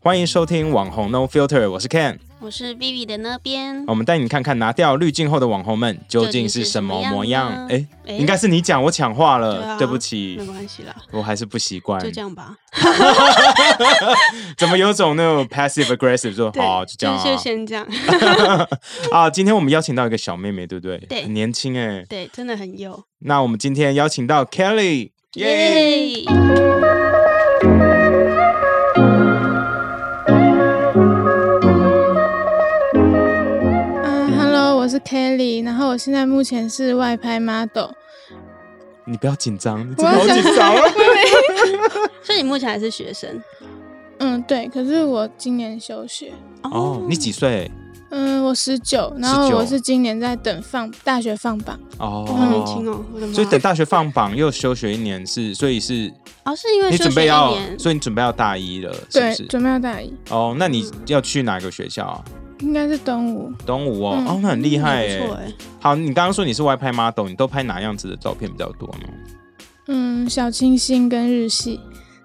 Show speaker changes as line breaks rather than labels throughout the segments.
欢迎收听网红 No Filter，我是 Ken，
我是 Vivi 的那边。
我们带你看看拿掉滤镜后的网红们究竟是什么模样。哎，应该是你讲，我抢话了，
对啊
不起哎
没，关系啦，
我还是不习惯。
就这样吧。
怎么有种那种 passive aggressive 说好就这样
就就
啊
先这样。
啊？今天我们邀请到一个小妹妹，对不对？
对
很年轻哎、
对，真的很有。
那我们今天邀请到 Kelly，耶！
耶！
嗯，Hello，我是 Kelly，然后我现在目前是外拍 model，
你不要紧张，你
我
真的好
要
紧张啊！
所以你目前还是学生
嗯，对，可是我今年休学，
哦，你几岁？
嗯，我十九，然后
19
我是今年在等放大学放榜，
哦，
好年轻哦，我的妈！
所以等大学放榜又休学一年是，所以是
哦，是因为
你
休
准
学
备
一
要，
年，
所以你准备要大一了，是不
对，
是？
准备要大一，
哦，那你要去哪个学校啊？
应该是东吴，
东吴哦，
嗯
哦，那很厉害
嗯不错
哎。
哎。
好，你刚刚说你是外拍 model，你都拍哪样子的照片比较多呢？
嗯，小清新跟日系，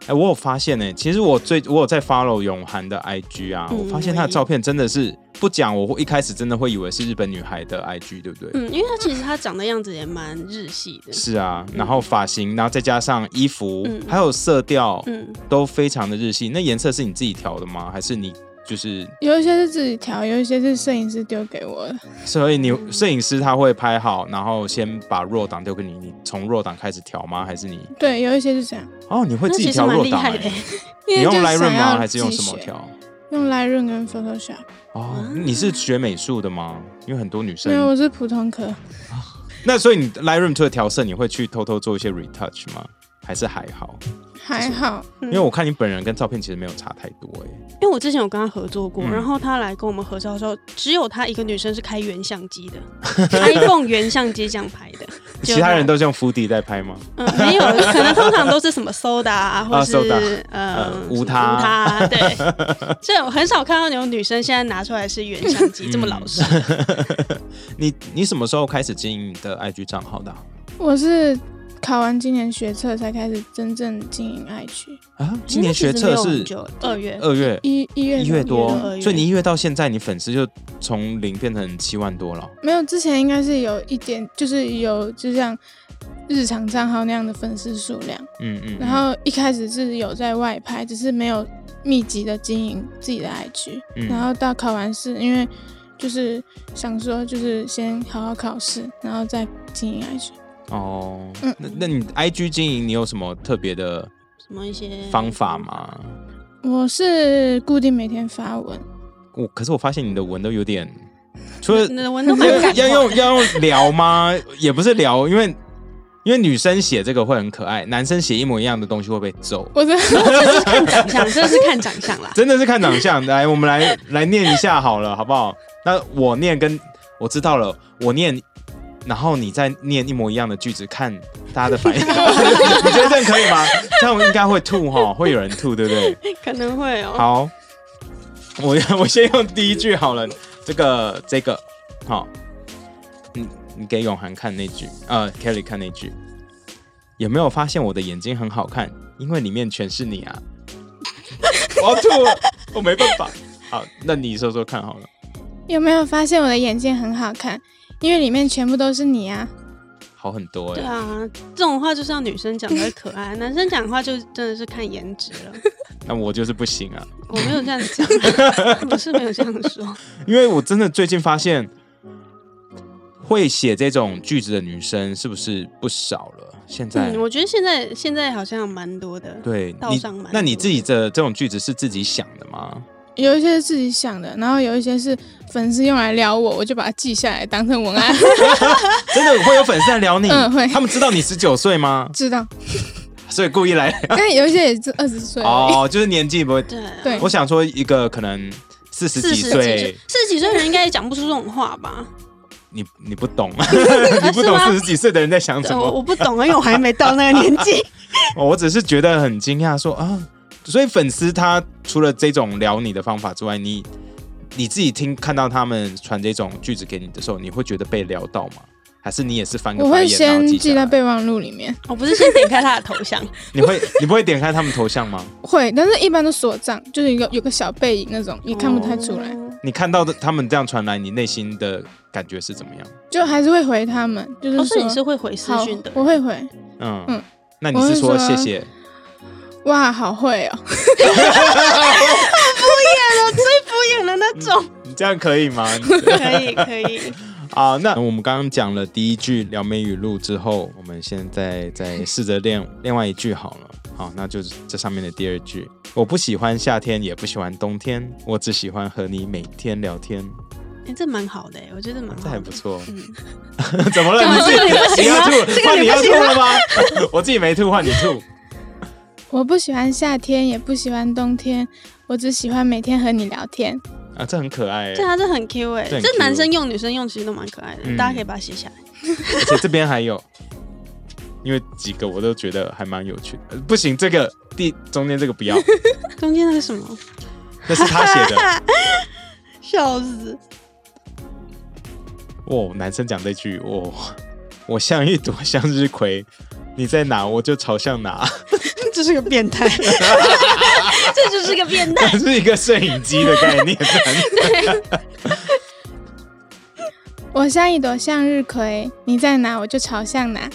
哎，我有发现哎，其实我最我有在 follow 永涵的 IG 啊，
嗯
我发现她的照片真的是不讲，我会一开始真的会以为是日本女孩的 IG，对不对？
嗯，因为他其实他长的样子也蛮日系的。
是啊，然后发型，然后再加上衣服，
嗯
还有色调，
嗯，
都非常的日系。那颜色是你自己调的吗？还是你就是
有一些是自己调，有一些是摄影师丢给我的，
所以你摄影师他会拍好，然后先把弱档丢给你，你从弱档开始调吗？还是你
对，有一些是这样，
哦你会
那
自己
其实
调
蛮
弱
厉
档、
害
欸
的欸。？
因
你
为就
用
是
Lightroom
想
吗？
要
还是用
自
什么
学？
调？
用 Lightroom 跟 Photoshop，
哦，你是学美术的吗？因为很多女
没有，
生，
我是普通科，
那所以你 Lightroom 除了调色，你会去偷偷做一些 retouch 吗？还是还好？
还好，
因为我看你本人跟照片其实没有差太多哎、欸
因为我之前有跟他合作过，
嗯
然后他来跟我们合照的时候，只有他一个女生是开原相 机的，iPhone 原相机这样拍的，就
其他人都是用 f o o d i 在拍吗？
嗯，没有，可能通常都是什么 soda 啊，或是、
soda，
呃
呃
什么
无他
无他，对， 所以我很少看到有女生现在拿出来是原相机这么老实。
嗯你你什么时候开始经营你的 IG 账号的啊？
我是考完今年学测才开始真正经营爱区，
啊今年学测是
二月，
二月，
一一月
一月多
左右
二月，
所以你一月到现在，你粉丝就从零变成七万多了哦。
没有之前应该是有一点，就是有就像日常账号那样的粉丝数量，
嗯嗯。嗯
然，后一开始是有在外拍，只是没有密集的经营自己的 IG，、
嗯
然后到考完试，因为就是想说就是先好好考试，然后再经营 IG。
哦，
嗯
那那你 IG 经营，你有什么特别的
什么一些
方法？吗？
我是固定每天发文，
我可是我发现你的文都有点，除了
你的文都很
要
感
要用要用聊吗？也不是聊，因为。因为女生写这个会很可爱，男生写一模一样的东西会被揍。
我的
长相，真的是看长 相啦。
真的是看长相，来，我们来来念一下好了，好不好？那我念跟我知道了，我念，然后你再念一模一样的句子，看大家的反应。你觉得这样可以吗？这样应该会吐哈，会有人吐，对不对？
可能会哦。
好，我 我先用第一句好了，这个这个好，你你给永涵看那句，呃，Kelly 看那句，有没有发现我的眼睛很好看？因为里面全是你啊！ 我要吐了，我没办法。好，那你说说看好了。
有没有发现我的眼睛很好看？因为里面全部都是你啊！
好很多哎、
对啊，这种话就是要女生讲才会可爱， 男生讲话就真的是看颜值了。
那我就是不行啊，
我没有这样讲， 我是没有这样说。
因为我真的最近发现，会写这种句子的女生是不是不少了？现在、
嗯，我觉得现在现在好像蛮多的。
对，
道
你
上蛮
那你
多
自己的这种句子是自己想的吗？
有一些是自己想的，然后有一些是粉丝用来撩我，我就把它记下来当成文案。
真的会有粉丝来聊你？
嗯会
他们知道你十九岁吗？
知道，
所以故意来
但有一些也是二十岁而已。
哦，就是年纪不会。
对啊
对，
我想说一个可能四十几
四十几岁
岁，，
四十几岁的人应该也讲不出这种话吧？
你你不懂，你不懂
是吗哦
四十几岁的人在想什
对，我
嗯么。
我不懂，啊因为我还没到那个年纪。
哦我只是觉得很惊讶，说啊，所以粉丝他除了这种聊你的方法之外，你你自己听看到他们传这种句子给你的时候，你会觉得被聊到吗？还是你也是翻个
我
白
会
眼然后
先
记
记
下
在
来？
备忘录里面，
我不是先点开他的头 像，
你会 你不会点开他们头像吗？
会，但是一般都锁账，就是一个有个小背影那种，也看不太出来，
哦
你看到的他们这样传来，你内心的感觉是怎么样？
就还是会回他们，就是
哦，
说、
所以你是会回私
好
讯的，，
我会回，
嗯，
嗯
那你
我
是
会
说
说
谢谢？
哇，好会哦，
啊敷衍的那种。
你这样可以吗？
可以可以，
啊，那我们刚刚讲了第一句撩妹语录之后，我们现在再试着练另外一句好了。好，那就是这上面的第二句。我不喜欢夏天，也不喜欢冬天，我只喜欢和你每天聊天。
哎，这蛮好的，我觉得蛮
这
好
还
的
不。错。
嗯
怎么了？你自己你要吐，换你要吐了吗？ 我自己没吐，换你吐。
我不喜欢夏天，也不喜欢冬天，我只喜欢每天和你聊天。
啊，这很可爱欸。
对啊，这很 Q 哎、
这很
这
Q
男生用女生用其实都蛮可爱的，
嗯
大家可以把它写下来。
而且这边还有，因为几个我都觉得还蛮有趣的。呃不行，这个第中间这个不要，
中间那个什么，
那是他写的。
笑死！
哦，男生讲这句，哦，我像一朵向日葵，你在哪我就朝向哪，
这是个变态， 这就是个变态。
是一个摄影机的概念。
我像一朵向日葵，你在哪我就朝向哪。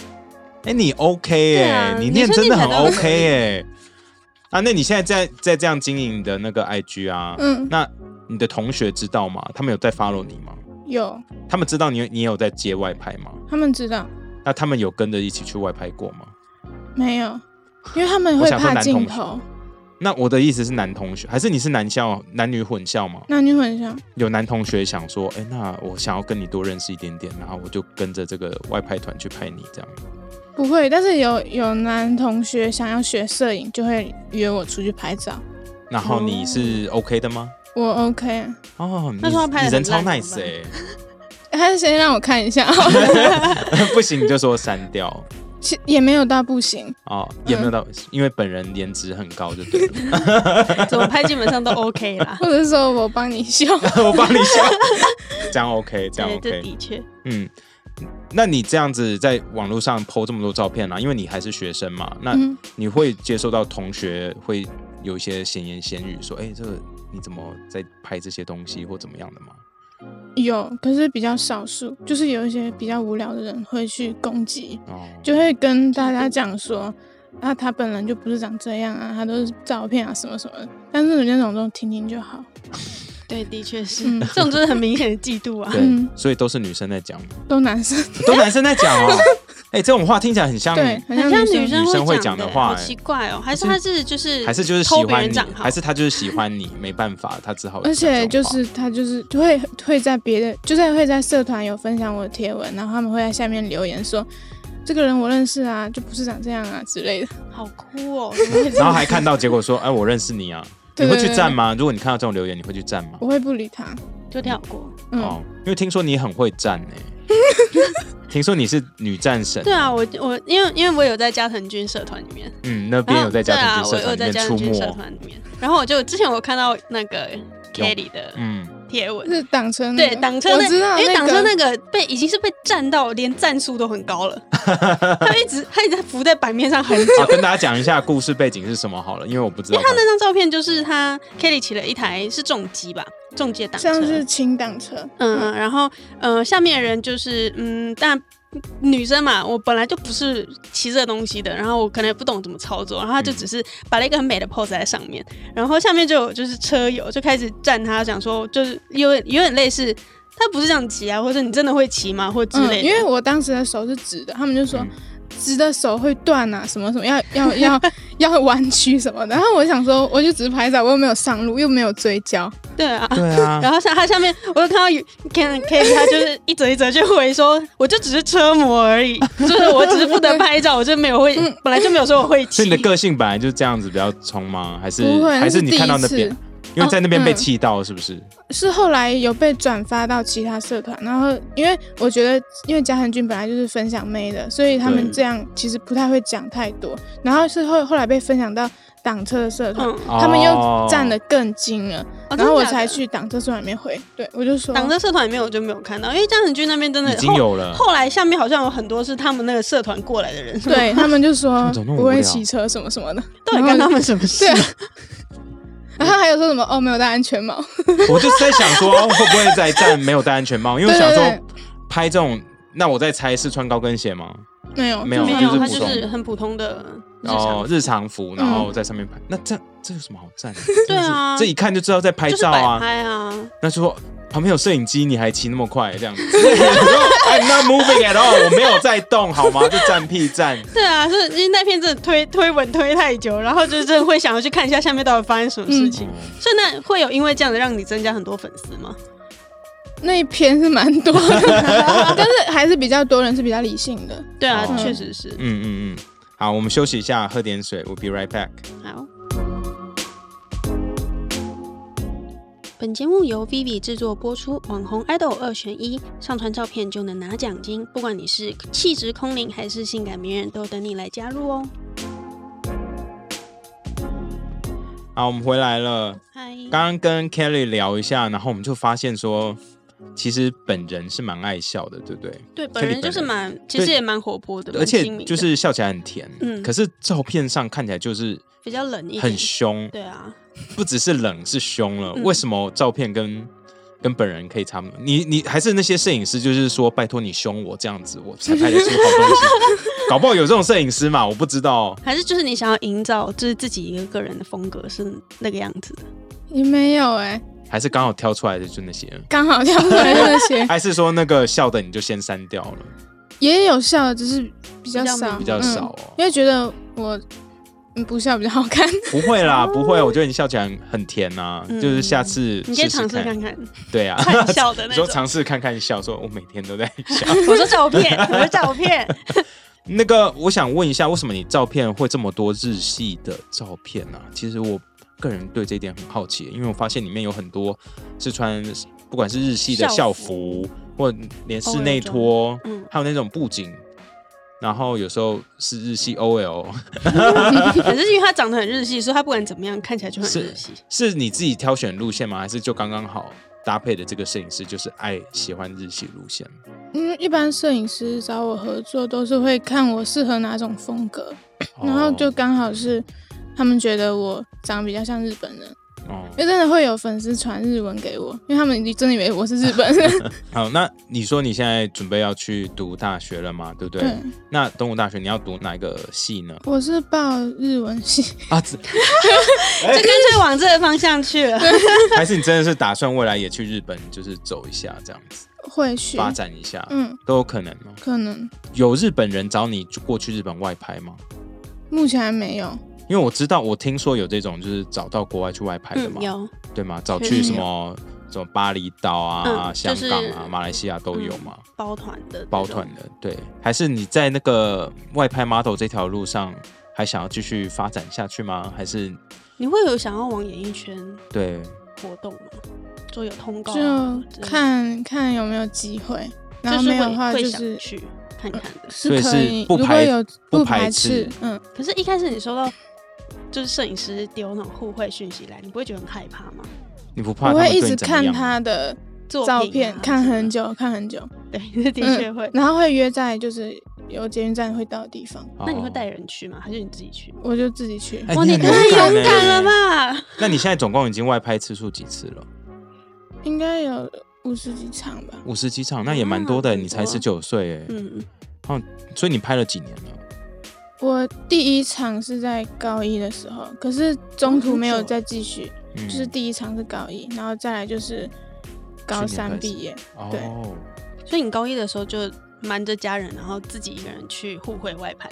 哎、你 OK
对
哎、
啊
你
女
念
生
真的很
念起来都
OK
可以
哎、啊，那你现在在在这样经营你的那个 IG 啊，
嗯，
那你的同学知道吗？他们有在 follow 你吗？
有，
他们知道你你有在接外拍吗？
他们知道
那他们有跟着一起去外拍过吗？
没有？因为他们
我
会
想说
怕
男同
镜
学
头，
那我的意思是男同学，还是你是男校男女混校吗？
男女混像。
有男同学想说，哎、那我想要跟你多认识一点点，然后我就跟着这个外拍团去拍你这样。
不会，但是有有男同学想要学摄影，就会约我出去拍照，
然后你是 OK 的吗？
我 OK。
哦，你
哦那他拍得
你人超
很烂
nice
怎么
哎、
还是先让我看一下，
不行你就说删掉
其也没有到不行。
哦，也没有到，因为本人颜值很高就对了。
怎么拍基本上都 OK 啦。
或者是说我帮你修，
我帮你笑，这样 OK，这样
对，这
OK，
的确，
嗯。那你这样子在网络上 PO 这么多照片啊啦、因为你还是学生嘛，那
嗯，
你会接受到同学会有一些闲言闲语，说：“哎、这个你怎么在拍这些东西，或怎么样的吗
有，可是比较少数，就是有一些比较无聊的人会去攻击，？”
哦，
就会跟大家讲说，啊，他本人就不是长这样啊，他都是照片啊什么什么的。但是那种都听听就好，
对，的确是，
嗯
这种就是很明显的嫉妒啊。
对，
嗯
所以都是女生在讲，
都男生，
都男生在讲 哦。哎、这种话听起 来很像，
对，很
很
像
像
女
女
生。
女生会
会
讲的
的
话
好
欸
奇怪哦，还是
还
他
是
是就是
还是就是喜
偷别
欢
人
你
账，号，
还是他就是喜欢你，没办法，他只好讲
而
这种话。
且就是他就是会会在别的，就是会在社团有分享我的贴文，然后他们会在下面留言说，这个人我认识啊，就不是长这样啊之类的。
好酷哦，怎么会这
然后
样？
还看到结果说：“哎、我认识你啊。”你
对
会
对
去
对
站吗？如果你看到这种留言，你会去站吗？
我会不理他，
就跳过。
嗯，
哦，因为听说你很会站哎、听说你是女战神
对，啊，我我因为因为我有在加藤君社团里面，
嗯，那边
然
有
后
在
对
家
啊，
庭剧
我
社
有
团里
在
面
加
出
藤君社
没，
团里面，然后我就之前我看到那个 Kelly 的
嗯，
贴文，
就是挡车、那个，
对挡车那，
我知道、那个，
因为挡车那个被已经是被占到连战术都很高 了，他一直他一直浮在版面上很久。
啊好，跟大家讲一下故事背景是什么好了，因为我不知道它。
那张照片就是他 Kelly 骑了一台是重机吧，重机的挡车，
像是轻挡车，
嗯，然后呃下面的人就是嗯，但女生嘛，我本来就不是骑这东西的，然后我可能也不懂怎么操作，然后他就
嗯
只是摆了一个很美的 pose 在上面，然后下面就有就是车友就开始站他，讲说就是有点有点类似。他不是这样骑啊，或者你真的会骑吗，或之类的。
嗯因为我当时的手是直的，他们就说、
嗯
直的手会断啊，什么什么要要 要要弯曲什么的。然后我想说，我就只是拍照，我又没有上路，又没有追焦，
对啊，
对啊，
然后下他下面，我就看到有 Ken Ken 他就是一折一折就回说，我就只是车模而已，就是我只是负责拍照，我就没有会，本来就没有说我会
所
骑
以你。的个性本来就这样子比较冲吗？还是
不会，
还
那
是
第
你
一
看到那
次
边，因为在那边被
嗯
气到，是不是？
是后来有被转发到其他社团，然后因为我觉得，因为嘉恒君本来就是分享妹的，所以他
对
们这样其实不太会讲太多。然后是后后来被分享到挡车社团，
嗯，
他们
哦
又站得更精了，
哦
然后我
真的假哦
才
的
去挡车社团里面回。对，我就说
党的社团里面我就没有看到，因为江恒军那边真的
已经
后
有了。
后来下面好像有很多是他们那个社团过来的人，是吗，
对他们 就说
怎么那么
不
无聊
会骑车什么什么的，
到底干他们什么事
对？啊。 然后还有说什么哦，没有戴安全帽，
我就是在想说，哦会不会在站没有戴安全帽？因为我
对
想
对
说
对，
拍这种，那我在猜是穿高跟鞋吗？
没有
没有
就
没
没
有，
就是
他
普
就
通哦
是很普通的日
然后
常，嗯
日常服，然后在上面拍。那这这有什么好站的？真的是
对啊
这一看就知道在拍
就是
照
摆
啊。
拍啊，
那就说旁边有摄影机，你还骑那么快，这样子。I'm 哎 not moving at all，我没有在动，好吗？就站屁站。
对啊，是因为那片真的推推文推太久，然后就真的会想要去看一下下面到底发生什么事情。
嗯
所以那会有因为这样子让你增加很多粉丝吗？
那一篇是蛮多的， 但是还是比较多人是比较理性的。
对啊，
哦
确实是。
嗯嗯嗯，好，我们休息一下，喝点水。We'll be right back。
好。本节目由 Vivi 制作播出，网红 idol 二选一，上传照片就能拿奖金。不管你是气质空灵还是性感迷人，都等你来加入哦。
好，我们回来了。
嗨，
刚刚跟 Kelly 聊一下，然后我们就发现说，其实本人是蛮爱笑的，对不对？
对，本人就是蛮，其实也蛮活泼的，
而
蛮
且
亲民的
就是笑起来很甜，
嗯
可是照片上看起来就是
比较冷一点，
很凶，
对啊，
不只是冷，是凶了。
嗯
为什么照片跟跟本人可以差不多？你你还是那些摄影师，就是说拜托你凶我这样子，我才拍得出好东 西。搞不好有这种摄影师嘛？我不知道。
还是就是你想要营造就是自己一个个人的风格是那个样子的，
也没有哎、
还是刚好挑出来的就那些，，
刚好跳出来就那些
还是说那个笑的你就先删掉了，
也有笑的，只是比较少，
比
比较少
嗯
哦。
因为觉得我嗯不笑比较好 看。
不会啦，不会，我觉得你笑起来很很甜呐、
嗯
就是下次
你先
试
尝
试
试看看，
对啊，
看笑的
你
那
说
种。
尝试看看笑，说我每天都在笑。
我说 照片，我说照片，
那个，我想问一下，为什么你照片会这么多日系的照片啊？其实我个人对这一点很好奇，因为我发现里面有很多是穿不管是日系的校
校
服，
服
或连室内拖，
嗯，
还有那种布景，然后有时候是日系 OL，
可是因为他长得很日系，所以他不管怎么样看起来就很日系。
是你自己挑选路线吗？还是就刚刚好搭配的这个摄影师就是爱喜欢日系路线？
嗯，一般摄影师找我合作都是会看我适合哪种风格，
哦
然后就刚好是他们觉得我长得比较像日本人，
哦，
因为真的会有粉丝传日文给我，因为他们真的以为我是日本人。
好，那你说你现在准备要去读大学了嘛？对不对？
对，
那东吴大学你要读哪一个系呢？
我是报日文系，
啊，这哎
就干脆往这个方向去 了。
还是你真的是打算未来也去日本，就是走一下这样子，
会去
发展一下，
嗯，
都有可能哦。
可能
有日本人找你就过去日本外拍吗？
目前还没有。
因为我知道，我听说有这种就是找到国外去外拍的嘛
嗯，，有，
对吗？找
确
去
实
什
有
么什么巴厘岛啊、
嗯就
香
是嗯
港啊、马来西亚都有嘛，
包团的，
包团。的。对，还是你在那个外拍 model 这条路上还想要继续发展下去吗？还是
你会有想要往演艺圈
对？
活动吗？就有通告啊，
就
之类的，
看看有没有机会，然
就
后
是
没有
会
的话
会
就
想
是
去看看的。
所以
是
是
可以，
不
如
排
果有
不排
排
斥
嗯，
可是，一开始你收到就是摄影师丢那种互惠讯息来，你不会觉得很害怕吗？
你不怕
我
他
会
们
一
对
直
你怎么
看
样
他
吗？
的
作
照
品啊
片，看
什么
很久，看很久，
的， 对，
嗯
的确会。
然后会约在就是有捷运站会到的地方，
哦
那你会带人去吗？还是你自己去？
我就自己去。
哎
哇，
你
你
很
太
勇
勇敢
欸
了吧！
那你现在总共已经外拍次数几次了？
应该有五十几场吧，
五十几场，那也蛮
啊
多的。
很
你才
多
十九岁哎，
嗯，
所以你拍了几年了？
我第一场是在高一的时候，可是中途没有再继续，
嗯
就是第一场是高一，然后再来就是
去
高
年开
三
始
毕业，对
哦，
所以你高一的时候就瞒着家人，然后自己一个人去互惠外拍。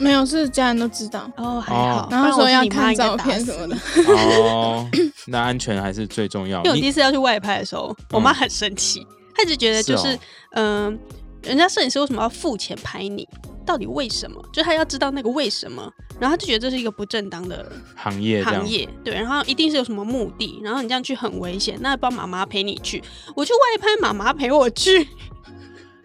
没
没有是家人都知道。
哦，还
哦
好。
然后
不
说
我是
要
你妈
看
应该
照
打
片
死
什么
你
的，
哦，那安全还是最重要。
因为我第
你
一次要去外拍的时候，我妈很生气，她就觉得就是是
嗯哦
嗯、人家摄影师为什么要付钱拍你？到底为什么？就她要知道那个为什么，然后他就觉得这是一个不正当的
行业这样
行，业，对，然后一定是有什么目的，然后你这样去很危险，那帮妈妈陪你去，我去外拍，妈妈陪我去，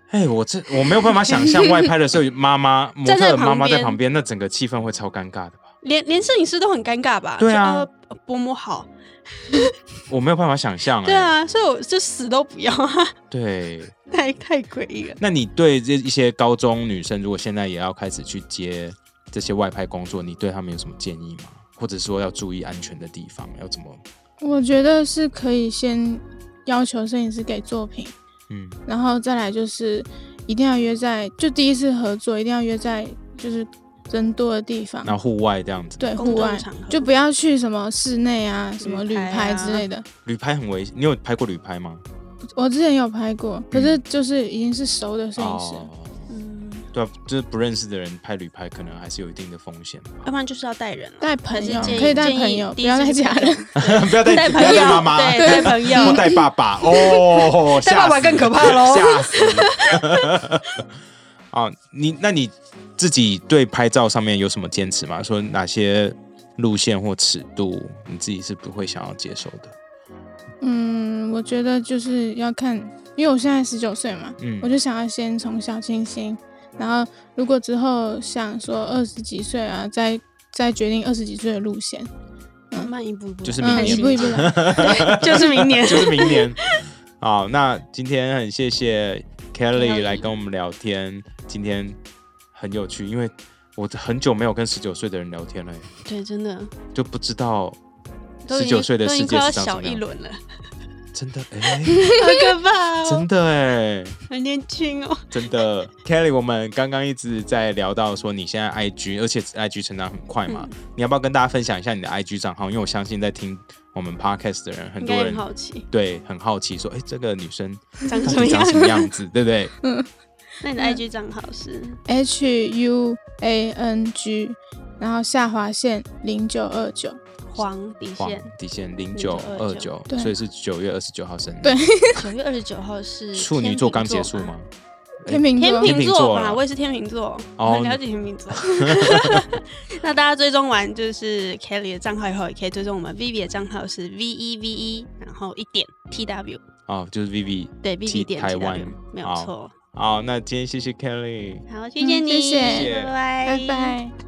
哎、我这我没有办法想象外拍的时候，妈妈模
站在
特的妈妈
旁边
在旁边，那整个气氛会超尴尬的吧？
连连摄影师都很尴尬吧？
对
就
啊，
呃伯母好，
我没有办法想象、哎
对，啊，所以我就死都不要 啊，
对。
太太诡异了。
那你对这一些高中女生，如果现在也要开始去接这些外拍工作，你对她们有什么建议吗？或者说要注意安全的地方，要怎么？
我觉得是可以先要求摄影师给作品，
嗯，
然后再来就是一定要约在就第一次合作一定要约在就是人多的地方，
然后户外这样子，
对，户
公众
外
场合
就不要去什么室内啊、什么
旅
旅
拍啊
拍之类的。
旅拍很危险。你有拍过旅拍吗？
我之前有拍过，可是就是已经是熟的摄影师，
哦，
嗯，
对啊，就是不认识的人拍旅拍，可能还是有一定的风险吧。
要 不然就是要带人了，
带朋友
还是建议
可以带朋友，不要带家人。，
不要带
建议
不
不
要
要
带妈
带
妈，
朋友，
不
对，带朋 友，
带爸爸哦，
带爸爸
吓死
更可怕咯
吓死！啊，你那你自己对拍照上面有什么坚持吗？说哪些路线或尺度你自己是不会想要接受的？
嗯，我觉得就是要看，因为我现在十九岁嘛，
嗯
我就想要先从小清新，然后如果之后想说二十几岁啊，再再决定二十几岁的路线，
慢慢一步一步来，
就是明
嗯，一
年
步一步来。
就是明年，
就是明年。好，那今天很谢谢 Kelly
Kelly
来跟我们聊天，今天很有趣，因为我很久没有跟十九岁的人聊天了耶，
对，真的，
就不知道
都已
十
经
九岁的
都已
世
经
界
快要
是长什
小
么
一
样。
轮 了，
真的哎。
好可怕哦，
真的哎，
很年轻哦，
真的，Kelly，我们刚刚一直在聊到说你现在 IG，而且 IG 成长很快嘛，你要不要跟大家分享一下你的 IG 账号？因为我相信在听我们 Podcast 的人，很
应
多
该
人
很好奇
对很好奇说，哎、这个女生
长
到
什么
底长
样
什。么样子，对不对？
那你的 IG 账号是
H U A N G，然后下划线零九二九，
黄底
黄
线，
底线零九二九，
对
所以是九月二十九号生日。
对
九月二十九号是
处女
天
座啊
秤
刚结束
吗
吗？
天秤座
秤
天秤座
座啦啊
吧，我也是天秤座，
哦
我很了解 天秤座。那大家追踪完就是 Kelly 的账号以后，也可以追踪我们 Vivi 的账号是 V E V E，然后一点 T W，
哦，就是 Vivi。
对
T-
，Vivi 点 T
台湾
W，没有
好
错。
好，那今天谢谢 Kelly。
好，谢谢
嗯
你，
谢谢
拜拜，
拜拜。